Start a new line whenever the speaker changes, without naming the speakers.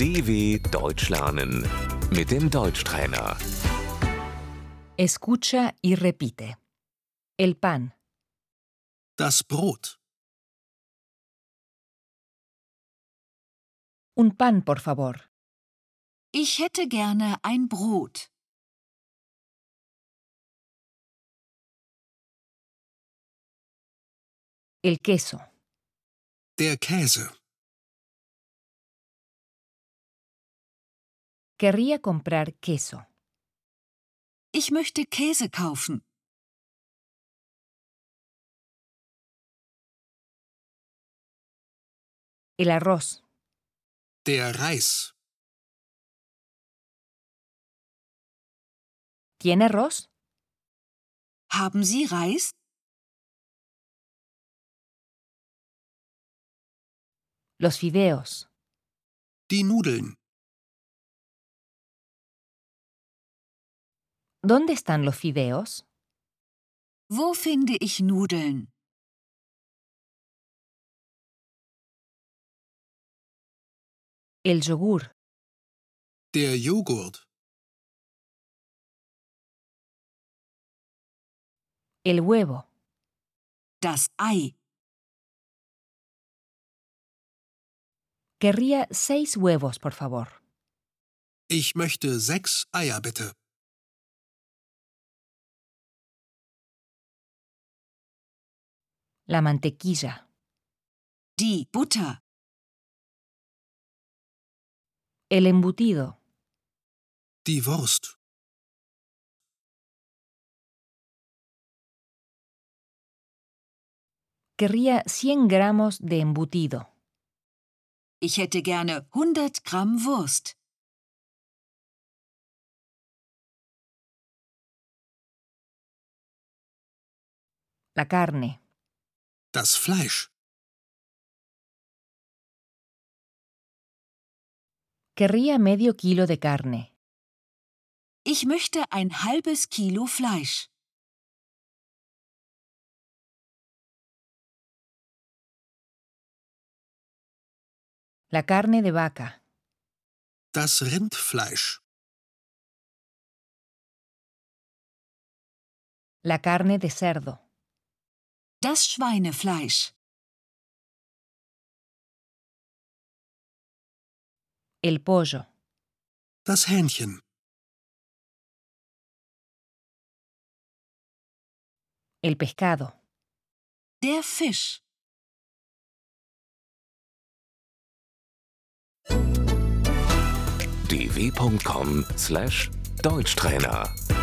DW Deutsch lernen mit dem Deutschtrainer.
Escucha y repite. El pan,
Das Brot.
un pan, por favor.
Ich hätte gerne ein Brot.
El queso,
Der Käse.
querría comprar queso.
Ich möchte Käse kaufen.
El arroz,
Der Reis.
¿tiene arroz?
Haben Sie Reis?
Los fideos,
Die Nudeln.
¿dónde están los fideos?
Wo finde ich Nudeln?
El yogur,
Der Joghurt.
el huevo,
Das Ei.
querría seis huevos, por favor.
Ich möchte sechs Eier bitte.
La mantequilla,
Die Butter.
el embutido,
Die Wurst.
querría 100 gramos de embutido.
Ich hätte gerne 100 Gramm Wurst.
La carne,
Das Fleisch.
querría medio kilo de carne.
Ich möchte ein halbes Kilo Fleisch.
La carne de vaca,
Das Rindfleisch.
la carne de cerdo,
Das Schweinefleisch.
el pollo,
Das Hähnchen.
el pescado,
Der Fisch.
dw.com/deutschtrainer